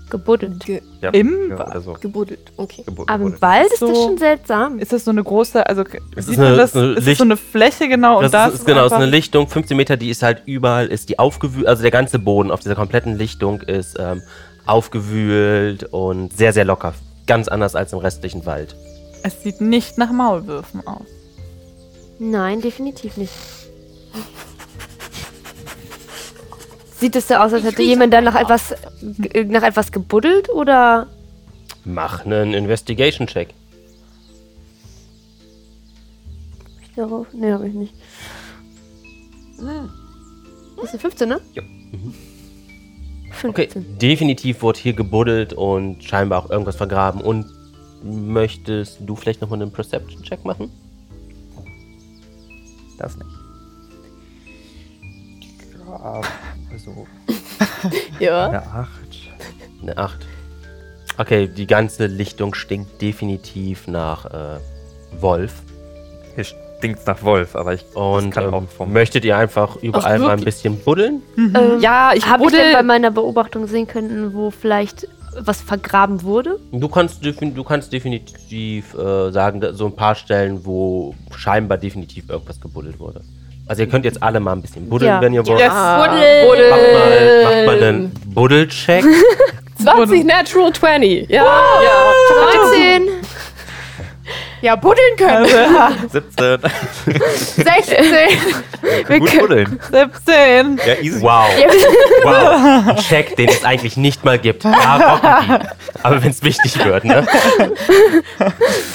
Gebuddelt.
Ge
Ja,
Im
ja, also oder so.
gebuddelt. Okay.
Gebo-
Aber
wurde.
im Wald ist
So.
das schon seltsam.
Ist das so eine große, also k-
Es ist
sieht
eine-
man
es
das?
ist eine
Ist das
Licht-
so eine Fläche genau und
das
da
ist, ist genau, es ist
einfach-
eine Lichtung, 15 Meter, die ist halt überall, ist die aufgewühlt, also der ganze Boden auf dieser kompletten Lichtung ist ähm, aufgewühlt und sehr, sehr locker. Ganz anders als im restlichen Wald.
Es sieht nicht nach Maulwürfen aus.
Nein, definitiv nicht. Sieht es so aus, als
Ich
hätte
rieche
jemand da nach etwas, ge- nach etwas gebuddelt oder
Mach einen Investigation-Check.
darauf? Nee, habe ich nicht.
Hm.
Das ist eine 15, ne?
Ja.
15.
Okay, definitiv wurde hier gebuddelt und scheinbar auch irgendwas vergraben. Und möchtest du vielleicht nochmal einen Perception-Check machen?
Das nicht. Ja, also
Ja.
eine 8.
Eine 8. Okay, die ganze Lichtung stinkt definitiv nach äh, Wolf.
Hier stinkt's nach Wolf, aber ich
Und
das kann
ähm,
auch vom
möchtet ihr einfach überall mal ein
wirklich?
bisschen buddeln?
Ähm,
Ja, ich
Habe ich denn bei
buddel.
meiner Beobachtung sehen können, wo vielleicht was vergraben wurde?
Du kannst, defin- du kannst definitiv äh, sagen, da- so ein paar Stellen, wo scheinbar definitiv irgendwas gebuddelt wurde. Also ihr könnt jetzt alle mal ein bisschen buddeln,
Ja.
wenn ihr wollt.
Buddel.
Macht mal, macht mal einen Buddel-Check.
20 Natural 20. Ja. ja.
19!
ja buddeln können.
17.
16!
Gut buddeln.
17.
Ja, easy.
Wow. wow. Ein Check, den es eigentlich nicht mal gibt. Ja, rocken die. Aber wenn es wichtig wird, ne?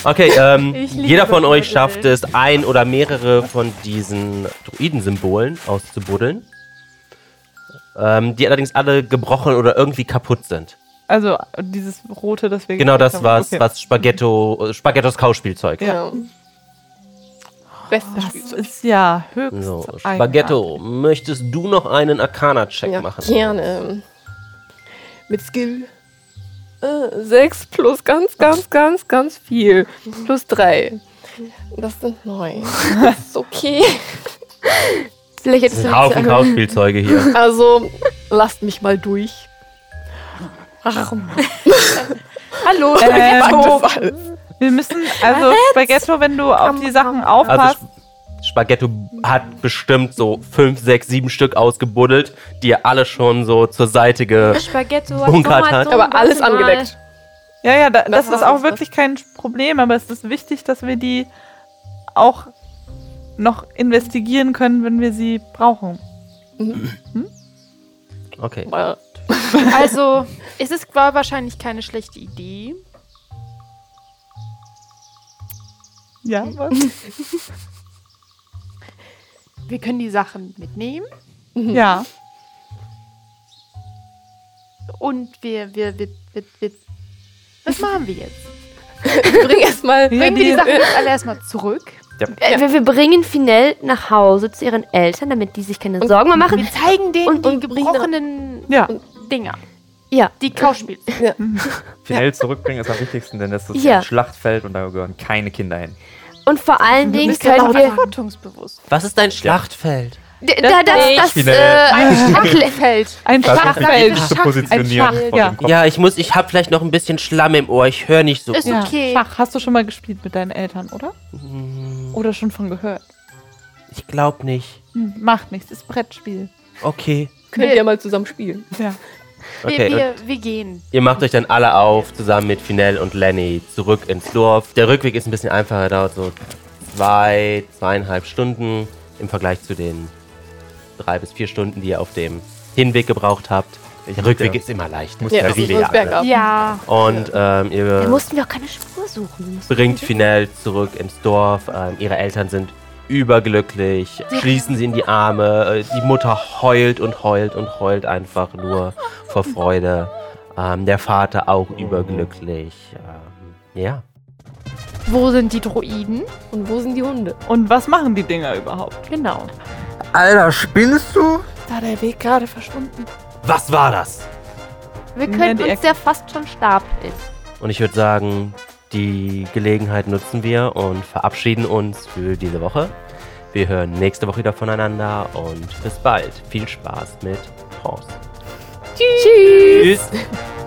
Okay, ähm, jeder von euch schafft es, ein oder mehrere von diesen Druidensymbolen auszubuddeln. Ähm, die allerdings alle gebrochen oder irgendwie kaputt sind.
Also dieses rote, das wir
Genau
gekriegt
das,
haben.
was,
Okay.
was Spaghetto, äh, Spaghettos Kauspielzeug.
ja. Bestes
Das
Spiel.
ist ja höchst
So,
eigenartig.
Spaghetto, möchtest du noch einen Arcana-Check
Ja,
machen?
gerne. Mit Skill. Äh, sechs plus ganz, ganz, ganz, ganz viel. Plus drei. Das sind neun. Das ist okay.
Vielleicht
Das
hättest
sind
du
ein Haufen Kauspielzeuge hier.
Also, lasst mich mal durch.
Hallo.
Ähm,
Doof alles.
wir müssen, also Spaghetto, wenn du auf die Sachen aufpasst,
Also Sp- Spaghetto hat bestimmt so fünf, sechs, sieben Stück ausgebuddelt, die ihr alle schon so zur Seite ge...
Spaghetti,
Bunkert hat.
Aber alles angeleckt.
Ja, ja, da, das
war
ist auch
alles, was-
wirklich kein Problem, aber es ist wichtig, dass wir die auch noch investigieren können, wenn wir sie brauchen.
Okay.
Mal
Also, es ist war wahrscheinlich keine schlechte Idee.
Ja, was?
Wir können die Sachen mitnehmen
ja.
und wir, wir, wir, wir, wir was machen wir jetzt?
Bring erstmal.
Ja,
Bringen wir die
die-
Sachen jetzt alle erstmal zurück.
Äh, Wir, wir bringen Finell nach Hause zu ihren Eltern, damit die sich keine Sorgen mehr machen.
Wir zeigen denen
Und-
die
und bringen-
gebrochenen
Ja.
Dinger.
Ja.
Die Kauspiels.
Finell zurückbringen ist am wichtigsten, denn das ist
Ja.
ein Schlachtfeld und da gehören keine Kinder hin.
Und vor allen Dingen
Bist du auch
können wir.
verantwortungsbewusst?
Was ist dein Schlachtfeld?
D- Da, das, das,
Finell.
äh,
Ein
Feld.
Ein Schachfeld.
zu
Schach-
positionieren
ein Schach,
vor
ja.
dem Kopf.
Ja, ich muss, ich hab vielleicht noch ein bisschen Schlamm im Ohr. Ich höre nicht so
Ist
gut.
Ja,
okay.
Schach hast du schon mal gespielt mit deinen Eltern, oder?
Mm.
Oder schon von gehört?
Ich glaub nicht.
Hm, Macht nichts, ist Brettspiel.
Okay.
Könnt ihr mal zusammen spielen.
Ja.
Okay,
Wir, wir, wir gehen.
Ihr macht euch dann alle auf, zusammen mit Finell und Lenny, zurück ins Dorf. Der Rückweg ist ein bisschen einfacher, dauert so zwei, zweieinhalb Stunden im Vergleich zu den drei bis vier Stunden, die ihr auf dem Hinweg gebraucht habt. Der Rückweg ist immer leicht.
Muss
Ja, ne?
ja
das
wieder
ist
Sonst bergab.
Ja.
Und ähm,
da
ihr
mussten wir auch keine Spur suchen. Wir mussten-
bringt Finell zurück ins Dorf. Ähm, ihre Eltern sind überglücklich, schließen sie in die Arme. Äh, Die Mutter heult und heult und heult einfach nur vor Freude. Ähm, der Vater auch überglücklich. Ähm, ja.
Wo sind die Droiden?
Und wo sind die Hunde?
Und was machen die Dinger überhaupt?
Genau.
Alter, spinnst du?
Da der Weg gerade verschwunden.
Was war das?
Wir
Ja,
können
die
uns
Ecke.
ja fast schon stapeln.
Und ich würde sagen, die Gelegenheit nutzen wir und verabschieden uns für diese Woche. Wir hören nächste Woche wieder voneinander und bis bald. Viel Spaß mit Horst. Tschüss. Tschüss.